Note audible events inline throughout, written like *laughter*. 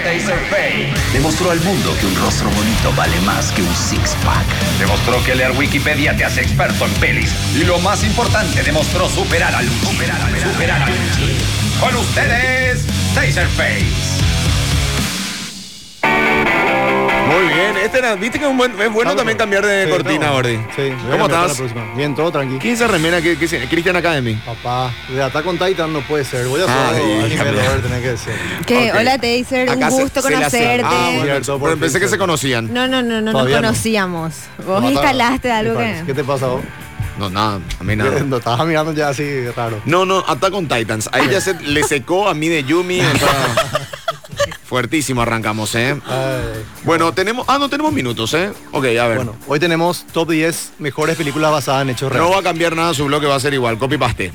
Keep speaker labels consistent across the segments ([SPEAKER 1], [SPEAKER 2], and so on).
[SPEAKER 1] Laser Pay.
[SPEAKER 2] Demostró al mundo que un rostro bonito vale más que un six-pack.
[SPEAKER 1] Demostró que leer Wikipedia te hace experto en pelis. Y lo más importante, demostró superar al superar al superar al Con ustedes, Taserface.
[SPEAKER 3] Muy bien, este era, viste que es, un buen- es bueno también cambiar de
[SPEAKER 4] Sí,
[SPEAKER 3] cortina,
[SPEAKER 4] no.
[SPEAKER 3] Gordi.
[SPEAKER 4] Sí, voy a
[SPEAKER 3] ¿Cómo
[SPEAKER 4] cambiar para la
[SPEAKER 3] estás?
[SPEAKER 4] próxima. Bien, todo tranquilo.
[SPEAKER 3] ¿Quién se remena? ¿Qué, qué se- Christian Academy.
[SPEAKER 4] Papá, de Attack on Titan no puede ser. Voy a ser
[SPEAKER 3] Ay,
[SPEAKER 4] algo anime
[SPEAKER 3] híjame.
[SPEAKER 4] lover, tenés que decir.
[SPEAKER 5] Que,
[SPEAKER 3] Ok.
[SPEAKER 5] hola Taser,
[SPEAKER 3] Acá
[SPEAKER 5] un
[SPEAKER 3] se-
[SPEAKER 5] gusto
[SPEAKER 3] se le hace-
[SPEAKER 5] conocerte.
[SPEAKER 3] Ah, bueno,
[SPEAKER 4] Cierto, por
[SPEAKER 3] pero pensé
[SPEAKER 4] fin
[SPEAKER 3] que
[SPEAKER 4] se-
[SPEAKER 3] se conocían.
[SPEAKER 5] No, no, no, no nos
[SPEAKER 4] Todavía no.
[SPEAKER 5] conocíamos. Vos
[SPEAKER 4] Me mataron.
[SPEAKER 5] instalaste algo
[SPEAKER 4] Me parece. ¿Qué
[SPEAKER 5] que.
[SPEAKER 4] te pasa vos?
[SPEAKER 3] No, nada, a mí nada.
[SPEAKER 4] No, estabas mirando ya así raro.
[SPEAKER 3] No, no, Attack on Titans. Ahí ya se le secó a mí de Yumi. o sea, fuertísimo arrancamos, ¿eh?
[SPEAKER 4] Ay.
[SPEAKER 3] Bueno, tenemos... Ah, no tenemos minutos, ¿eh? Ok, a ver.
[SPEAKER 4] Bueno, hoy tenemos top 10 mejores películas basadas en hechos
[SPEAKER 3] no
[SPEAKER 4] reales.
[SPEAKER 3] va a cambiar nada, su bloque va a ser igual. Copy paste.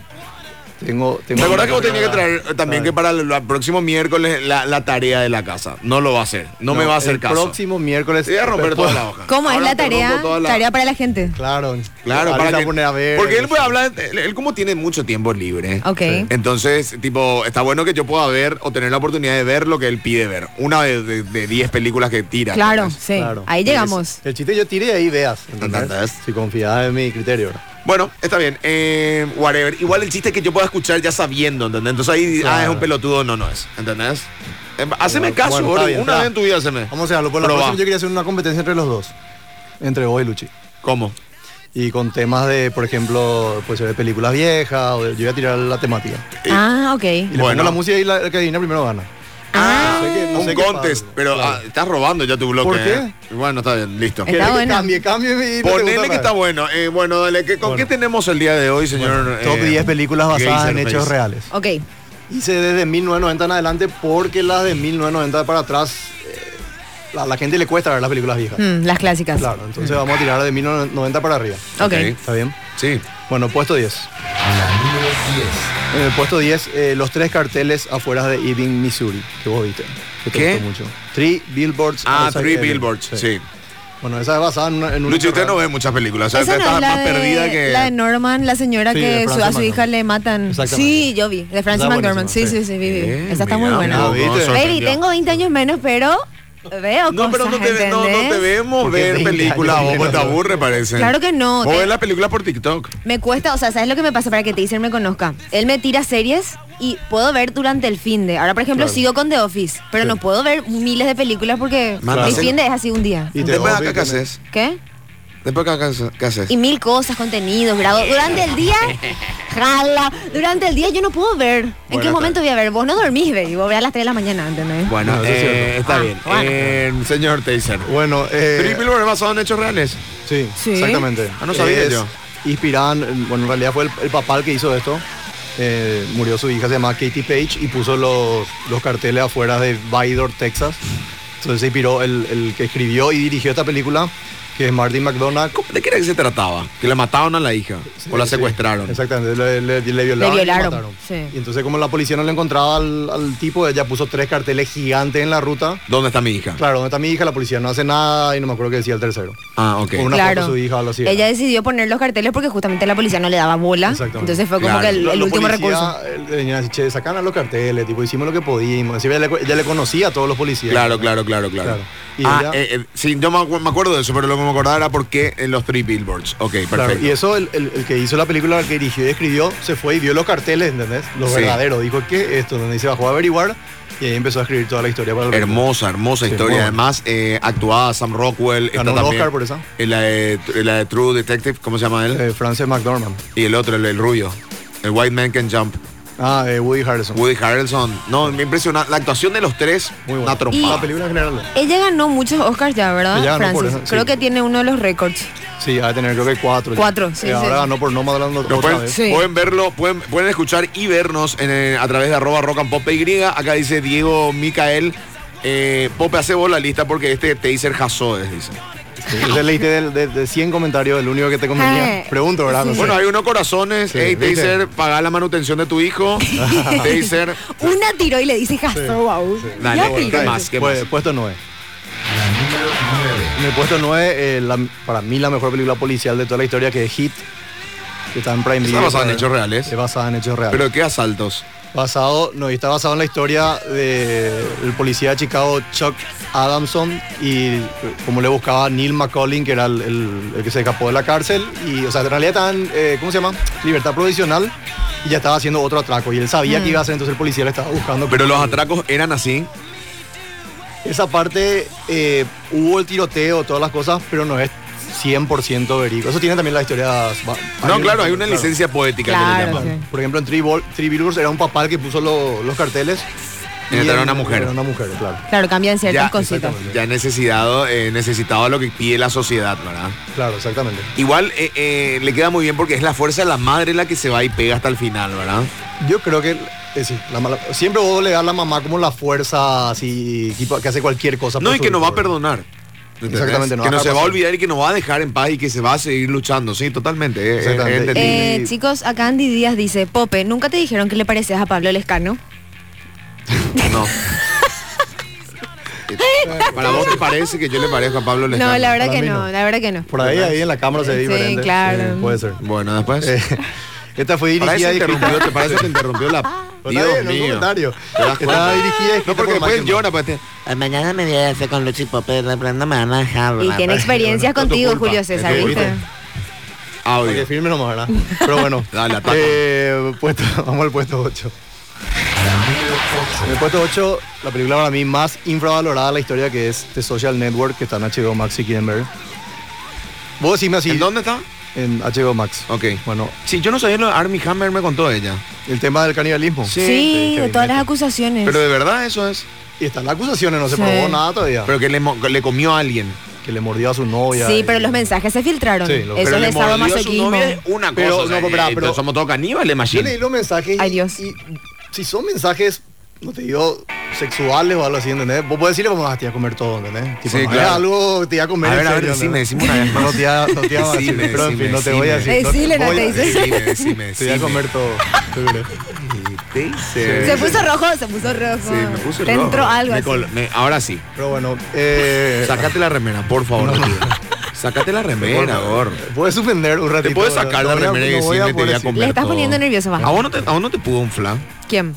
[SPEAKER 4] Tengo,
[SPEAKER 3] ¿Te
[SPEAKER 4] tengo Ah,
[SPEAKER 3] acordás que vos
[SPEAKER 4] tenía
[SPEAKER 3] tenías que traer eh, también que para el, la- próximo miércoles la, la tarea de la casa? No lo va a hacer. No, me va a hacer
[SPEAKER 4] el
[SPEAKER 3] caso.
[SPEAKER 4] próximo miércoles.
[SPEAKER 3] Te voy a romper
[SPEAKER 4] después-
[SPEAKER 3] toda la hoja.
[SPEAKER 5] ¿Cómo es
[SPEAKER 3] Ahora
[SPEAKER 5] la
[SPEAKER 3] te rompo
[SPEAKER 5] tarea?
[SPEAKER 3] toda la-
[SPEAKER 5] Tarea para la gente.
[SPEAKER 4] Claro.
[SPEAKER 3] Claro,
[SPEAKER 4] Ahorita
[SPEAKER 3] para que,
[SPEAKER 4] pone a ver.
[SPEAKER 3] porque él puede hablar, él, él como tiene mucho tiempo libre.
[SPEAKER 5] Ok. Sí.
[SPEAKER 3] Entonces, tipo, está bueno que yo pueda ver o tener la oportunidad de ver lo que él pide ver. Una de de- de 10 películas que tira.
[SPEAKER 5] Claro,
[SPEAKER 3] ¿entendés?
[SPEAKER 5] sí.
[SPEAKER 4] Claro.
[SPEAKER 5] Ahí llegamos.
[SPEAKER 4] El chiste yo tiré ahí veas.
[SPEAKER 3] ¿Entendés?
[SPEAKER 4] ¿Entendés? Si confías en mi criterio. ¿verdad?
[SPEAKER 3] Bueno, está bien. eh, whatever. Igual el chiste es que yo pueda escuchar ya sabiendo, ¿entendés? Entonces ahí, ah,
[SPEAKER 4] Claro.
[SPEAKER 3] es un pelotudo, no, no es. ¿Entendés? Eh, Haceme caso,
[SPEAKER 4] Bueno, está
[SPEAKER 3] Ori,
[SPEAKER 4] bien,
[SPEAKER 3] una
[SPEAKER 4] está.
[SPEAKER 3] vez en tu vida haceme.
[SPEAKER 4] Vamos a dejarlo por la
[SPEAKER 3] Probá.
[SPEAKER 4] próxima. Yo quería hacer una competencia entre los dos. Entre vos y Luchi.
[SPEAKER 3] ¿Cómo?
[SPEAKER 4] Y con temas de, por ejemplo, pues de películas viejas. O de- yo voy a tirar la temática.
[SPEAKER 5] Ah,
[SPEAKER 4] Y
[SPEAKER 5] ok.
[SPEAKER 4] le
[SPEAKER 3] Bueno.
[SPEAKER 4] pongo la música y la, el que adivina primero gana.
[SPEAKER 5] Ah,
[SPEAKER 4] sé qué- no
[SPEAKER 3] un
[SPEAKER 4] sé qué
[SPEAKER 3] contest,
[SPEAKER 4] pasa.
[SPEAKER 3] pero
[SPEAKER 4] Claro.
[SPEAKER 3] ah, estás robando ya tu bloque.
[SPEAKER 4] ¿Por qué?
[SPEAKER 3] eh. Bueno, está bien, listo.
[SPEAKER 5] Está
[SPEAKER 4] ¿Querés que
[SPEAKER 5] bueno.
[SPEAKER 4] Cambie, cambie. y no te gusta
[SPEAKER 3] Ponele que
[SPEAKER 4] nada?
[SPEAKER 3] está bueno. Eh, bueno, dale, ¿qué- ¿con
[SPEAKER 4] Bueno.
[SPEAKER 3] qué tenemos el día de hoy, señor?
[SPEAKER 4] Top
[SPEAKER 3] eh,
[SPEAKER 4] 10 películas basadas en
[SPEAKER 3] Geyser
[SPEAKER 4] hechos
[SPEAKER 3] Face?
[SPEAKER 4] reales.
[SPEAKER 5] ok.
[SPEAKER 4] Hice desde 1990 en adelante porque las de 1990 para atrás, eh, a la gente le cuesta ver las películas viejas.
[SPEAKER 5] Mm, las clásicas.
[SPEAKER 4] Claro, entonces vamos a tirar de 1990 para arriba.
[SPEAKER 5] Ok.
[SPEAKER 3] Ok.
[SPEAKER 4] ¿Está bien?
[SPEAKER 3] Sí.
[SPEAKER 4] Bueno, puesto 10. En el puesto 10, eh, los tres carteles afuera de Ebbing, Missouri, que vos viste. Que te
[SPEAKER 3] ¿Qué?
[SPEAKER 4] gustó mucho. Three Billboards.
[SPEAKER 3] Ah,
[SPEAKER 4] Outside
[SPEAKER 3] Three
[SPEAKER 4] Ebbing.
[SPEAKER 3] Billboards, sí.
[SPEAKER 4] Bueno, esa es basada en una... En un
[SPEAKER 3] Lucho, usted
[SPEAKER 4] hecho
[SPEAKER 3] no
[SPEAKER 4] real.
[SPEAKER 3] ve muchas películas, o sea,
[SPEAKER 5] Esa
[SPEAKER 3] usted está
[SPEAKER 5] no es la
[SPEAKER 3] más perdida
[SPEAKER 5] de,
[SPEAKER 3] que...
[SPEAKER 5] la de Norman, la señora
[SPEAKER 4] Sí, de
[SPEAKER 5] que su- a su
[SPEAKER 4] Frances
[SPEAKER 5] hija
[SPEAKER 4] McDormand.
[SPEAKER 5] le matan.
[SPEAKER 4] Exactamente.
[SPEAKER 5] Sí, yo vi, de Francis
[SPEAKER 4] Está
[SPEAKER 5] McDormand. Sí,
[SPEAKER 4] buenísima,
[SPEAKER 5] sí, sí, vi, vi.
[SPEAKER 3] Eh,
[SPEAKER 5] Esa está muy
[SPEAKER 3] mirá,
[SPEAKER 5] buena.
[SPEAKER 3] no,
[SPEAKER 4] Ah, ¿viste?
[SPEAKER 3] no, sorprendió.
[SPEAKER 5] Baby, tengo 20 años menos, pero veo
[SPEAKER 3] No, pero no
[SPEAKER 5] cosas,
[SPEAKER 3] te, ve- no, no te
[SPEAKER 5] ¿entendés?
[SPEAKER 3] vemos
[SPEAKER 4] Porque
[SPEAKER 3] ver
[SPEAKER 4] 20
[SPEAKER 3] películas,
[SPEAKER 4] años
[SPEAKER 3] vos pues, te
[SPEAKER 4] menos.
[SPEAKER 3] aburre, parece.
[SPEAKER 5] Claro que no,
[SPEAKER 3] Vos
[SPEAKER 5] te-
[SPEAKER 3] ves las películas por TikTok.
[SPEAKER 5] Me cuesta, o sea, ¿sabes lo que me pasa para que Taser me conozca? Él me tira series y puedo ver durante el fin de. Ahora, por ejemplo,
[SPEAKER 4] Claro.
[SPEAKER 5] sigo con The Office, pero no puedo ver miles de películas porque
[SPEAKER 3] Manda,
[SPEAKER 5] mi
[SPEAKER 3] sí.
[SPEAKER 5] fin de es así un día.
[SPEAKER 4] Y te
[SPEAKER 3] Después acá, ¿qué
[SPEAKER 4] obvio que no.
[SPEAKER 3] haces?
[SPEAKER 5] ¿Qué?
[SPEAKER 3] Después acá, ¿qué haces? ¿qué haces?
[SPEAKER 5] Y mil cosas, contenidos, grado. Durante el día, jala. Durante el día yo no puedo ver. ¿En
[SPEAKER 3] Bueno,
[SPEAKER 5] qué
[SPEAKER 3] está
[SPEAKER 5] momento voy a ver? Vos no dormís, baby. Vos ve a las 3 de la mañana, ¿entendés?
[SPEAKER 3] Bueno,
[SPEAKER 4] No, eso es
[SPEAKER 3] eh,
[SPEAKER 4] cierto.
[SPEAKER 3] está
[SPEAKER 5] Ah,
[SPEAKER 3] bien.
[SPEAKER 5] bueno.
[SPEAKER 3] Eh, señor Taser.
[SPEAKER 4] Bueno, eh,
[SPEAKER 3] ¿Three Billboards basado en hechos reales?
[SPEAKER 4] Sí,
[SPEAKER 5] Sí.
[SPEAKER 4] exactamente.
[SPEAKER 3] Ah, no sabía yo.
[SPEAKER 4] Inspiran, bueno, en realidad fue el, el papá el que hizo esto. Eh, murió su hija, se llama Katie Page, y puso los, los carteles afuera de Vidor, Texas. Entonces se inspiró el, el que escribió y dirigió esta película, que es Martin McDonagh.
[SPEAKER 3] ¿Cómo- ¿De qué era que se trataba? Que la mataron a la hija o la
[SPEAKER 4] Sí, sí,
[SPEAKER 3] secuestraron.
[SPEAKER 4] exactamente, le, le- le violaron.
[SPEAKER 5] Le
[SPEAKER 4] y
[SPEAKER 5] violaron,
[SPEAKER 4] mataron.
[SPEAKER 5] sí.
[SPEAKER 4] Y entonces como la policía no le encontraba al, al tipo, ella puso tres carteles gigantes en la ruta.
[SPEAKER 3] ¿Dónde está mi hija?
[SPEAKER 4] Claro, ¿dónde está mi hija? La policía no hace nada y no me acuerdo qué decía el tercero.
[SPEAKER 3] Ah, ok.
[SPEAKER 4] Con una
[SPEAKER 5] claro.
[SPEAKER 4] foto de su hija o algo así. era.
[SPEAKER 5] Ella decidió poner los carteles porque justamente la policía no le daba bola.
[SPEAKER 4] Exactamente.
[SPEAKER 5] Entonces fue como
[SPEAKER 3] Claro.
[SPEAKER 5] que el,
[SPEAKER 4] Lo-
[SPEAKER 5] el
[SPEAKER 4] los
[SPEAKER 5] último
[SPEAKER 4] policías,
[SPEAKER 5] recurso.
[SPEAKER 4] eh, le venían así, che, sacan a los carteles, tipo, hicimos lo que podíamos. Encima ya le, ya le conocía a todos los policías.
[SPEAKER 3] Claro,
[SPEAKER 4] ¿no?
[SPEAKER 3] claro, claro, claro.
[SPEAKER 4] Claro. Y
[SPEAKER 3] ah,
[SPEAKER 4] ella-
[SPEAKER 3] eh, eh, sí, yo me, acu- me acuerdo de eso, pero lo que me acordaba era por qué en los three billboards. Ok, perfecto.
[SPEAKER 4] Claro, Y eso, el, el- el que hizo la película, el que dirigió y escribió, se fue y vio los carteles, ¿entendés? Los
[SPEAKER 3] Sí.
[SPEAKER 4] verdaderos. Dijo, ¿qué es esto? Donde se bajó a averiguar y ahí empezó a escribir toda la historia. Para la película.
[SPEAKER 3] Hermosa, hermosa
[SPEAKER 4] Sí,
[SPEAKER 3] historia.
[SPEAKER 4] bueno.
[SPEAKER 3] Además, eh, actuada Sam Rockwell.
[SPEAKER 4] Ganó un
[SPEAKER 3] también,
[SPEAKER 4] Oscar por esa.
[SPEAKER 3] eh, La de, la de True Detective, ¿cómo se llama él?
[SPEAKER 4] Eh, Frances McDormand.
[SPEAKER 3] Y el otro, el, el rubio. El White Man Can Jump.
[SPEAKER 4] Ah, eh, Woody Harrelson.
[SPEAKER 3] Woody Harrelson. No, me impresiona. La actuación de los tres,
[SPEAKER 4] Muy buena.
[SPEAKER 3] una trompada.
[SPEAKER 4] La película en general.
[SPEAKER 5] Ella ganó muchos Oscars ya, ¿verdad?
[SPEAKER 4] Ella ganó por
[SPEAKER 5] Francis.
[SPEAKER 4] eso, sí.
[SPEAKER 5] Creo que tiene uno de los récords.
[SPEAKER 4] Sí, va a tener creo que cuatro. ya.
[SPEAKER 5] Cuatro, sí,
[SPEAKER 4] Eh, Ahora
[SPEAKER 5] sí.
[SPEAKER 4] ganó por Nomadland
[SPEAKER 3] Lo
[SPEAKER 4] otra
[SPEAKER 3] pueden,
[SPEAKER 4] vez.
[SPEAKER 5] Sí.
[SPEAKER 3] pueden verlo, pueden, pueden escuchar y vernos en, eh, a través de arroba rock and pop y. Acá dice Diego Micael. eh, Pope hace vos la lista porque este taser jazodes, dice.
[SPEAKER 4] Sí, Ese leíste del- de, de 100 comentarios, el único que te convenía.
[SPEAKER 5] Eh,
[SPEAKER 4] Pregunto, ¿verdad? No
[SPEAKER 5] sí.
[SPEAKER 4] sé.
[SPEAKER 3] Bueno, hay unos corazones.
[SPEAKER 4] Sí,
[SPEAKER 3] hey,
[SPEAKER 4] ¿viste?
[SPEAKER 3] taser, paga la manutención de tu hijo. taser.
[SPEAKER 5] Una tiró y le dice Jasso, wow.
[SPEAKER 3] Dale,
[SPEAKER 5] Ya
[SPEAKER 3] bueno,
[SPEAKER 5] tiró.
[SPEAKER 3] ¿qué más? ¿Qué
[SPEAKER 4] Pues-
[SPEAKER 3] más?
[SPEAKER 4] Puesto 9. En el puesto 9, eh, la- para mí la mejor película policial de toda la historia que es Hit, que está en Prime
[SPEAKER 3] Está
[SPEAKER 4] Video.
[SPEAKER 3] basada en hechos reales.
[SPEAKER 4] Es basada en hechos reales.
[SPEAKER 3] Pero qué asaltos.
[SPEAKER 4] Basado, no, y está basado en la historia del policía de Chicago Chuck Adamson y como le buscaba Neil McCollin, que era el, el- el que se escapó de la cárcel. Y, o sea, en realidad estaban, eh, ¿cómo se llama? Libertad provisional y ya estaba haciendo otro atraco. Y él sabía que iba a hacer, entonces el policía le estaba buscando.
[SPEAKER 3] Pero los atracos eran así.
[SPEAKER 4] Esa parte eh, hubo el tiroteo, todas las cosas, pero no es 100% verídico. Eso tiene también las historias. va-
[SPEAKER 3] No, claro, hay una licencia poética que le
[SPEAKER 5] Claro,
[SPEAKER 3] llaman.
[SPEAKER 5] sí.
[SPEAKER 4] Por ejemplo, en Three, Bol- Three Billboards era un papal que puso lo- los carteles.
[SPEAKER 3] Y era
[SPEAKER 4] en-
[SPEAKER 3] una mujer.
[SPEAKER 4] Era una mujer, claro.
[SPEAKER 5] Claro, cambian ciertas
[SPEAKER 3] Ya,
[SPEAKER 5] cositas.
[SPEAKER 3] Ya necesitado, eh, necesitado lo que pide la sociedad, ¿verdad?
[SPEAKER 4] Claro, exactamente.
[SPEAKER 3] Igual eh, eh, le queda muy bien porque es la fuerza de la madre la que se va y pega hasta el final, ¿verdad?
[SPEAKER 4] Yo creo que eh, sí, la mala- siempre vos le das a la mamá como la fuerza así que, que hace cualquier cosa.
[SPEAKER 3] No,
[SPEAKER 4] por
[SPEAKER 3] y
[SPEAKER 4] su
[SPEAKER 3] que no
[SPEAKER 4] hijo,
[SPEAKER 3] va a
[SPEAKER 4] ¿verdad?
[SPEAKER 3] perdonar. ¿entendés?
[SPEAKER 4] Exactamente, no
[SPEAKER 3] que
[SPEAKER 4] va
[SPEAKER 3] no
[SPEAKER 4] a
[SPEAKER 3] se va a
[SPEAKER 4] pasar.
[SPEAKER 3] olvidar y que no va a dejar en paz y que se va a seguir luchando. Sí, totalmente. eh, eh,
[SPEAKER 4] Exactamente.
[SPEAKER 3] entendible.
[SPEAKER 5] Eh,
[SPEAKER 4] Y-
[SPEAKER 5] chicos, acá Andy Díaz dice, Pope, ¿nunca te dijeron que le parecías a Pablo Lescano? *laughs*
[SPEAKER 3] No. Para vos te parece que yo le parezco a Pablo Lescano.
[SPEAKER 5] No, la verdad
[SPEAKER 4] para
[SPEAKER 5] que
[SPEAKER 4] mí
[SPEAKER 5] no,
[SPEAKER 4] no.
[SPEAKER 5] la verdad que no.
[SPEAKER 4] Por ahí, ahí en la cámara se ve
[SPEAKER 5] Sí,
[SPEAKER 4] diferente.
[SPEAKER 5] claro.
[SPEAKER 4] Sí, puede ser.
[SPEAKER 3] Bueno, después.
[SPEAKER 4] Eh, *laughs* esta fue
[SPEAKER 3] para eso
[SPEAKER 4] dirigida y
[SPEAKER 3] interrumpió, te parece que interrumpió la.
[SPEAKER 5] Ah.
[SPEAKER 4] Está
[SPEAKER 3] Dios
[SPEAKER 4] bien, un
[SPEAKER 3] mío.
[SPEAKER 4] comentario.
[SPEAKER 3] ¿Te das cuenta?
[SPEAKER 4] Estaba dirigida y escrita
[SPEAKER 3] No, porque
[SPEAKER 4] por
[SPEAKER 3] después
[SPEAKER 4] Máximo.
[SPEAKER 3] llora, pues, te-
[SPEAKER 6] Ay, Mañana me voy a hacer con Luchi Popper, de pronto me van a dejar. pues.
[SPEAKER 5] Y
[SPEAKER 6] ¿verdad?
[SPEAKER 5] tiene
[SPEAKER 3] bueno,
[SPEAKER 5] experiencias
[SPEAKER 3] no es tu
[SPEAKER 5] contigo,
[SPEAKER 3] culpa,
[SPEAKER 5] Julio
[SPEAKER 3] es
[SPEAKER 5] César,
[SPEAKER 3] tu
[SPEAKER 5] ¿viste?
[SPEAKER 3] culpa. Audio.
[SPEAKER 4] Para que firme nomás, ¿verdad?
[SPEAKER 3] *laughs*
[SPEAKER 4] Pero bueno.
[SPEAKER 3] Dale, ataca.
[SPEAKER 4] Eh, puesto- *laughs* vamos al puesto 8. En el puesto 8, la película para mí más infravalorada de la historia que es The Social Network, que está en HBO Max si quieren ver. Vos decime así.
[SPEAKER 3] ¿En dónde está?
[SPEAKER 4] En HBO Max.
[SPEAKER 3] Ok.
[SPEAKER 4] Bueno,
[SPEAKER 3] Sí, yo no sabía lo de Army Hammer, me contó ella.
[SPEAKER 4] el tema del canibalismo.
[SPEAKER 3] Sí.
[SPEAKER 5] Sí,
[SPEAKER 4] Sí,
[SPEAKER 5] de
[SPEAKER 4] sí,
[SPEAKER 5] todas
[SPEAKER 4] sí.
[SPEAKER 5] las acusaciones.
[SPEAKER 3] Pero de verdad eso es.
[SPEAKER 4] Y están las acusaciones, no se
[SPEAKER 5] Sí.
[SPEAKER 4] probó nada todavía.
[SPEAKER 3] Pero que le, mo- que le comió a alguien.
[SPEAKER 4] que le mordió a su novia.
[SPEAKER 3] eh.
[SPEAKER 5] sí,
[SPEAKER 4] y-
[SPEAKER 5] pero los mensajes se filtraron.
[SPEAKER 4] Sí, lo-
[SPEAKER 5] Eso
[SPEAKER 3] pero
[SPEAKER 5] es de
[SPEAKER 3] le mordió a su
[SPEAKER 5] sadomasoquismo.
[SPEAKER 3] novia es una
[SPEAKER 4] Pero,
[SPEAKER 3] cosa. o sea,
[SPEAKER 4] no, pero-
[SPEAKER 3] eh,
[SPEAKER 4] pero-
[SPEAKER 3] somos todos caníbales,
[SPEAKER 4] Yo
[SPEAKER 3] machine.
[SPEAKER 4] leí los mensajes y,
[SPEAKER 5] Ay, Dios.
[SPEAKER 4] y si son mensajes, no te digo sexuales o algo así, ¿entendés? Vos podés decirle como, ah, te voy a comer todo, ¿entendés? Tipo,
[SPEAKER 3] Sí,
[SPEAKER 4] no,
[SPEAKER 3] claro.
[SPEAKER 4] es algo, te voy a comer
[SPEAKER 3] A
[SPEAKER 4] en
[SPEAKER 3] ver, a ver,
[SPEAKER 4] serio,
[SPEAKER 3] decime,
[SPEAKER 4] ¿entendés?
[SPEAKER 3] decime una vez más.
[SPEAKER 4] *laughs* No te iba no te iba a decir,
[SPEAKER 3] Decime,
[SPEAKER 4] pero en fin, no te
[SPEAKER 3] decime,
[SPEAKER 4] voy a decir. no te
[SPEAKER 5] Decile, no
[SPEAKER 4] voy a-
[SPEAKER 5] te dice.
[SPEAKER 3] Decime, decime,
[SPEAKER 4] Te voy a
[SPEAKER 3] decime.
[SPEAKER 4] comer todo. seguro.
[SPEAKER 3] Te hice.
[SPEAKER 5] Se puso rojo, se puso rojo.
[SPEAKER 3] eh. Sí, me puse
[SPEAKER 5] Te
[SPEAKER 3] rojo.
[SPEAKER 5] entró algo
[SPEAKER 3] Me
[SPEAKER 5] así.
[SPEAKER 3] col- me- ahora sí.
[SPEAKER 4] Pero bueno, eh,
[SPEAKER 3] Sácate la remera, por favor. tío. Sácate la remera, gorro.
[SPEAKER 4] puedes suspender un ratito.
[SPEAKER 3] Te puedes sacar
[SPEAKER 4] no
[SPEAKER 3] la
[SPEAKER 4] voy a-
[SPEAKER 3] remera y
[SPEAKER 4] no voy
[SPEAKER 3] decirle
[SPEAKER 4] a
[SPEAKER 3] te voy
[SPEAKER 4] poder
[SPEAKER 3] a
[SPEAKER 4] decir.
[SPEAKER 3] comer.
[SPEAKER 5] Le estás
[SPEAKER 3] todo.
[SPEAKER 5] poniendo nervioso, va.
[SPEAKER 3] ¿A vos, no te, a vos no te pudo un flan.
[SPEAKER 5] ¿Quién?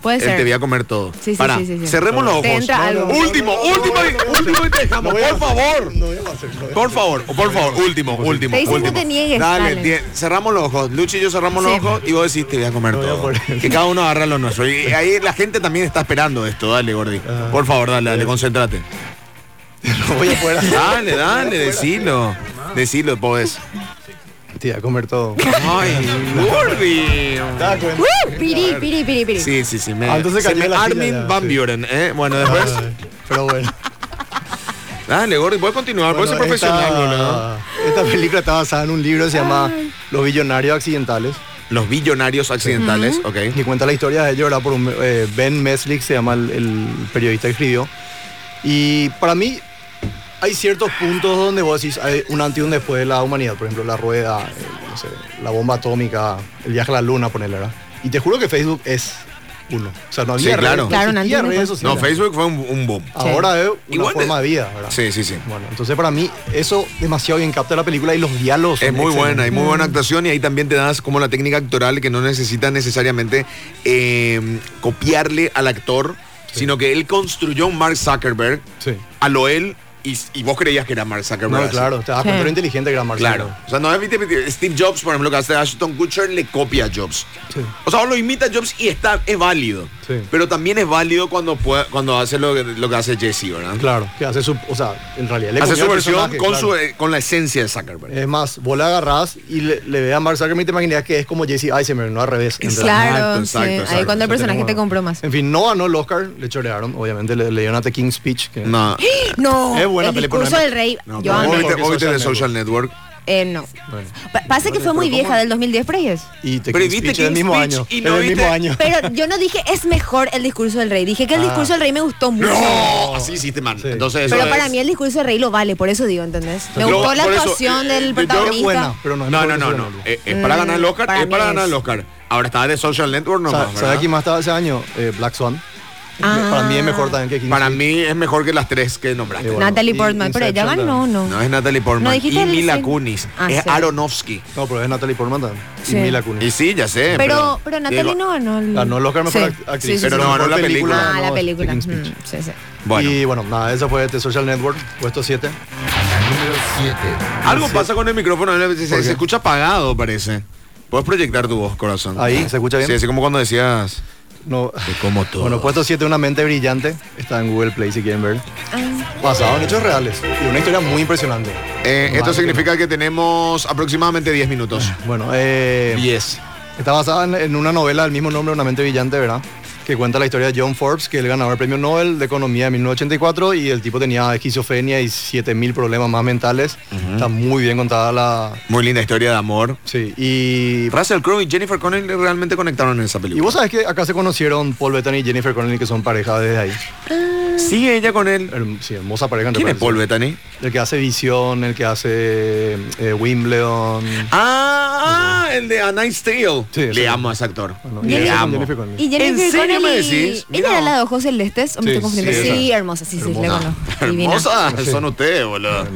[SPEAKER 5] Puede
[SPEAKER 3] Él
[SPEAKER 5] ser.
[SPEAKER 3] te voy a comer todo.
[SPEAKER 5] Sí, sí,
[SPEAKER 3] Pará,
[SPEAKER 5] sí, sí, sí.
[SPEAKER 3] cerremos los ojos.
[SPEAKER 5] Te entra algo.
[SPEAKER 3] Último, último, y- último y te dejamos,
[SPEAKER 4] No voy a
[SPEAKER 3] por
[SPEAKER 4] hacer-
[SPEAKER 3] favor.
[SPEAKER 4] No voy a hacer, no voy a
[SPEAKER 3] Por favor, o por favor, último, último.
[SPEAKER 5] Te dicen
[SPEAKER 3] último.
[SPEAKER 5] no te niegues,
[SPEAKER 3] Dale,
[SPEAKER 5] dale.
[SPEAKER 3] tie- cerramos los ojos. Luchi y yo cerramos los
[SPEAKER 5] Sí.
[SPEAKER 3] ojos y vos decís, te voy a comer
[SPEAKER 4] No voy a
[SPEAKER 3] todo.
[SPEAKER 4] poner-
[SPEAKER 3] Que cada uno agarra lo nuestro. Y ahí la gente también está esperando esto. Dale, Gordi.
[SPEAKER 4] Ah.
[SPEAKER 3] Por favor, dale, dale, concéntrate.
[SPEAKER 4] hacer- No voy a *laughs* poder hacer.
[SPEAKER 3] Dale, dale, decilo. Decilo, pues.
[SPEAKER 4] Te voy a comer todo.
[SPEAKER 3] Ay, Gordi.
[SPEAKER 4] ¿Te das cuenta?
[SPEAKER 5] ¡Uh! Piri, piri, piri, piri.
[SPEAKER 3] Sí, sí, sí. Me,
[SPEAKER 4] Ah, entonces
[SPEAKER 3] se
[SPEAKER 4] cayó
[SPEAKER 3] me-
[SPEAKER 4] la silla
[SPEAKER 3] Armin
[SPEAKER 4] ya,
[SPEAKER 3] Van
[SPEAKER 4] sí.
[SPEAKER 3] Buren, ¿eh? Bueno, después.
[SPEAKER 4] Ay, Pero bueno.
[SPEAKER 3] Dale, Gordi, puedes continuar, puedes ser
[SPEAKER 4] Ah. Bueno,
[SPEAKER 3] profesional,
[SPEAKER 4] esta,
[SPEAKER 3] boludo.
[SPEAKER 4] esta película está basada en un libro que se llama Los Billonarios Accidentales,
[SPEAKER 3] Los billonarios accidentales, ok.
[SPEAKER 4] que cuenta la historia de ellos, ¿verdad? Por un, eh, Ben Meslick, se llama el, el periodista que escribió. Y para mí hay ciertos puntos donde vos decís hay un antes y un después de la humanidad. Por ejemplo, la rueda, eh, no sé, la bomba atómica, el viaje a la luna, ponerle, ¿verdad? Y te juro que Facebook es uno. O sea, no
[SPEAKER 3] Sí,
[SPEAKER 4] había redes,
[SPEAKER 3] claro.
[SPEAKER 4] no
[SPEAKER 5] Claro, un
[SPEAKER 4] existía
[SPEAKER 5] antes y un
[SPEAKER 4] redes
[SPEAKER 5] después.
[SPEAKER 4] sociales.
[SPEAKER 3] No, Facebook fue un, un boom.
[SPEAKER 4] Ahora es una
[SPEAKER 3] Igual de-
[SPEAKER 4] forma de vida, ¿verdad?
[SPEAKER 3] Sí, sí, sí.
[SPEAKER 4] Bueno, entonces para mí eso demasiado bien capta la película y los diálogos.
[SPEAKER 3] Es
[SPEAKER 4] son
[SPEAKER 3] muy buena, hay
[SPEAKER 4] excelentes.
[SPEAKER 3] muy buena actuación y ahí también te das como la técnica actoral que no necesita necesariamente eh, copiarle al actor, sino que él construyó un Mark Zuckerberg
[SPEAKER 4] Sí.
[SPEAKER 3] a lo él y, y vos creías que era Mark Zuckerberg.
[SPEAKER 4] No,
[SPEAKER 3] así.
[SPEAKER 4] claro, te das cuenta
[SPEAKER 5] Sí.
[SPEAKER 4] de lo inteligente que era Marcelo.
[SPEAKER 3] Claro. O sea, no es viste, viste, Steve Jobs, por ejemplo, que hace Ashton Kutcher, le copia a Jobs.
[SPEAKER 4] Sí.
[SPEAKER 3] O sea, vos lo imita a Jobs y está, es válido.
[SPEAKER 4] Sí.
[SPEAKER 3] Pero también es válido cuando, puede- cuando hace lo, que- lo que hace Jesse, ¿verdad?
[SPEAKER 4] Claro, que hace su, o sea, en realidad le
[SPEAKER 3] Hace
[SPEAKER 4] copió
[SPEAKER 3] su
[SPEAKER 4] al
[SPEAKER 3] versión
[SPEAKER 4] personaje,
[SPEAKER 3] con,
[SPEAKER 4] claro. Eh.
[SPEAKER 3] su, eh, con la esencia de Zuckerberg.
[SPEAKER 4] Es más, vos le agarrás y le, le ve a Mark Zuckerberg y te imaginas que es como Jesse Eisenberg, no al revés. en realidad.
[SPEAKER 5] Claro,
[SPEAKER 3] Exacto, exacto,
[SPEAKER 5] sí.
[SPEAKER 3] exacto.
[SPEAKER 5] Ahí cuando
[SPEAKER 4] O sea,
[SPEAKER 5] el personaje
[SPEAKER 4] tenemos-
[SPEAKER 5] te compró más.
[SPEAKER 4] En fin, no ganó el Oscar, le chorearon, obviamente le, le dieron a The King's Speech. Que
[SPEAKER 3] No.
[SPEAKER 5] No,
[SPEAKER 4] Es buena
[SPEAKER 5] el
[SPEAKER 4] película,
[SPEAKER 5] discurso
[SPEAKER 4] ¿no?
[SPEAKER 5] del rey.
[SPEAKER 3] No,
[SPEAKER 5] yo
[SPEAKER 3] pero vos
[SPEAKER 5] amé.
[SPEAKER 3] viste, vos
[SPEAKER 4] Porque
[SPEAKER 3] viste
[SPEAKER 4] Social
[SPEAKER 3] de Social Network.
[SPEAKER 5] Eh, no.
[SPEAKER 4] Bueno.
[SPEAKER 5] Pa- pasa que fue muy vieja, del 2010 por ahí es.
[SPEAKER 4] Y The
[SPEAKER 3] Pero
[SPEAKER 4] King's
[SPEAKER 3] viste
[SPEAKER 4] Speech es del
[SPEAKER 3] King's
[SPEAKER 4] mismo
[SPEAKER 3] Speech
[SPEAKER 4] año.
[SPEAKER 3] y
[SPEAKER 4] es
[SPEAKER 3] no
[SPEAKER 4] del
[SPEAKER 3] viste-
[SPEAKER 4] mismo año.
[SPEAKER 5] Pero yo no dije es mejor el discurso del rey, dije que el
[SPEAKER 4] Ah.
[SPEAKER 5] discurso del rey me gustó mucho.
[SPEAKER 3] No, así hiciste mal.
[SPEAKER 4] Sí.
[SPEAKER 3] Entonces eso
[SPEAKER 5] Pero
[SPEAKER 3] es-
[SPEAKER 5] para mí el discurso del rey lo vale, por eso digo, ¿entendés? Me
[SPEAKER 3] Lo-
[SPEAKER 5] gustó la
[SPEAKER 3] por eso,
[SPEAKER 5] actuación
[SPEAKER 3] eh, yo-
[SPEAKER 5] del
[SPEAKER 4] Es buena,
[SPEAKER 5] protagonista. Mm,
[SPEAKER 4] pero no es
[SPEAKER 3] No,
[SPEAKER 4] mejor
[SPEAKER 3] no,
[SPEAKER 4] que
[SPEAKER 3] no,
[SPEAKER 4] Social
[SPEAKER 3] no.
[SPEAKER 4] Network.
[SPEAKER 3] Eh, Es, para ganar el Oscar,
[SPEAKER 5] para
[SPEAKER 3] es para
[SPEAKER 5] mí
[SPEAKER 3] ganar el
[SPEAKER 5] es.
[SPEAKER 3] Oscar. Ahora está de Social Network nomás,
[SPEAKER 4] ¿Sabes
[SPEAKER 3] ¿verdad?
[SPEAKER 4] quién más estaba ese año? Eh, Black Swan.
[SPEAKER 5] Ah.
[SPEAKER 4] Para mí es mejor también que Kingsley.
[SPEAKER 3] Para mí es mejor que las tres que nombraste.
[SPEAKER 4] Eh, bueno,
[SPEAKER 5] Natalie
[SPEAKER 4] y
[SPEAKER 5] Portman, pero ella
[SPEAKER 4] Inception
[SPEAKER 5] ganó,
[SPEAKER 4] también.
[SPEAKER 5] ¿no?
[SPEAKER 3] No es Natalie Portman.
[SPEAKER 5] No dijiste
[SPEAKER 3] y
[SPEAKER 5] el
[SPEAKER 3] Mila
[SPEAKER 5] cien-
[SPEAKER 3] Kunis.
[SPEAKER 5] Ah,
[SPEAKER 3] es
[SPEAKER 5] sí.
[SPEAKER 3] Aronofsky.
[SPEAKER 4] No, pero es Natalie Portman también.
[SPEAKER 5] Sí.
[SPEAKER 4] Y Mila Kunis.
[SPEAKER 3] Y sí, ya sé.
[SPEAKER 5] Pero, pero Natalie
[SPEAKER 3] digo,
[SPEAKER 5] no ganó el...
[SPEAKER 4] Ganó el Oscar mejor
[SPEAKER 5] Sí.
[SPEAKER 4] act- actriz.
[SPEAKER 5] Sí, sí,
[SPEAKER 3] Pero
[SPEAKER 5] sí.
[SPEAKER 3] no ganó
[SPEAKER 4] Mejor
[SPEAKER 3] la película.
[SPEAKER 5] Ah, la
[SPEAKER 4] no,
[SPEAKER 5] película.
[SPEAKER 4] King's
[SPEAKER 5] Mm,
[SPEAKER 4] Speech.
[SPEAKER 5] sí, sí.
[SPEAKER 3] Bueno.
[SPEAKER 4] Y bueno, nada, esa fue The Social Network, puesto 7.
[SPEAKER 3] Algo pasa con el micrófono, se, se
[SPEAKER 4] Ah, qué?
[SPEAKER 3] escucha apagado, parece. Puedes proyectar tu voz, corazón.
[SPEAKER 4] Ahí, ¿se escucha bien?
[SPEAKER 3] Sí, así como cuando decías.
[SPEAKER 4] No. *laughs*
[SPEAKER 3] como todo.
[SPEAKER 4] Bueno, puesto 7, una mente brillante. Está en Google Play si quieren ver.
[SPEAKER 5] Ah,
[SPEAKER 4] Basado en hechos reales. Y una historia muy impresionante.
[SPEAKER 3] Eh, esto
[SPEAKER 4] Madre
[SPEAKER 3] significa que tenemos aproximadamente 10 minutos.
[SPEAKER 4] Bueno, eh, está basada en, en una novela del mismo nombre, Una mente brillante, ¿verdad? Que cuenta la historia de John Forbes, que es el ganador del premio Nobel de Economía de 1984 y el tipo tenía esquizofrenia y 7000 problemas más mentales. Está muy bien contada la...
[SPEAKER 3] Muy linda historia de amor.
[SPEAKER 4] Sí, y...
[SPEAKER 3] Russell Crowe y Jennifer Connelly realmente conectaron en esa
[SPEAKER 4] Y
[SPEAKER 3] película.
[SPEAKER 4] vos sabés que acá se conocieron Paul Bettany y Jennifer Connelly, que son pareja desde ahí.
[SPEAKER 3] ¿Sigue ella con él?
[SPEAKER 4] Herm- sí, hermosa pareja. entre
[SPEAKER 3] ¿Quién es Paul
[SPEAKER 4] paréntesis.
[SPEAKER 3] Bettany?
[SPEAKER 4] El que hace Visión, el que hace eh, Wimbledon.
[SPEAKER 3] Ah, ah, el de A Night's Tale.
[SPEAKER 4] Sí,
[SPEAKER 3] Le
[SPEAKER 4] sí.
[SPEAKER 3] amo a ese actor.
[SPEAKER 4] Bueno, y
[SPEAKER 3] Le
[SPEAKER 4] ella con
[SPEAKER 3] amo.
[SPEAKER 4] Jennifer Connelly.
[SPEAKER 5] Y
[SPEAKER 3] ¿En
[SPEAKER 5] Jennifer
[SPEAKER 3] serio me
[SPEAKER 5] Connelly,
[SPEAKER 3] decís? Mira.
[SPEAKER 5] ¿Ella era la de ojos celestes? ¿O me
[SPEAKER 4] Sí,
[SPEAKER 5] estoy confundiendo?
[SPEAKER 4] sí,
[SPEAKER 5] Sí,
[SPEAKER 4] esa.
[SPEAKER 5] hermosa, sí, sí,
[SPEAKER 4] Hermosa.
[SPEAKER 3] *laughs*
[SPEAKER 5] la conozco. Divina.
[SPEAKER 3] Hermosas son ustedes, boludo.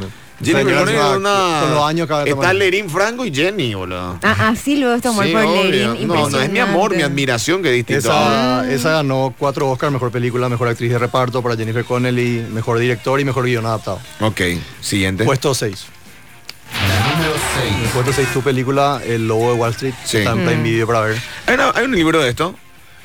[SPEAKER 3] Jennifer
[SPEAKER 4] Señora,
[SPEAKER 3] Connelly es
[SPEAKER 4] con
[SPEAKER 3] una...
[SPEAKER 4] los años cada vez
[SPEAKER 3] Está
[SPEAKER 4] más-
[SPEAKER 3] Lerín Franco y Jenny, boludo.
[SPEAKER 5] Ah, ah, sí, luego este amor
[SPEAKER 3] Sí,
[SPEAKER 5] por
[SPEAKER 3] obvio.
[SPEAKER 5] Lerin.
[SPEAKER 3] No, no, es mi amor, mi
[SPEAKER 5] admiración.
[SPEAKER 3] admiración que diste.
[SPEAKER 4] Esa, esa ganó cuatro Oscars, mejor película, mejor actriz de reparto para Jennifer Connelly, mejor director y mejor guion adaptado.
[SPEAKER 3] Ok, siguiente.
[SPEAKER 4] Puesto 6. Puesto 6, tu película, El Lobo de Wall Street,
[SPEAKER 3] Sí.
[SPEAKER 4] está en Prime Video para ver.
[SPEAKER 3] Hay, una- hay un libro de esto.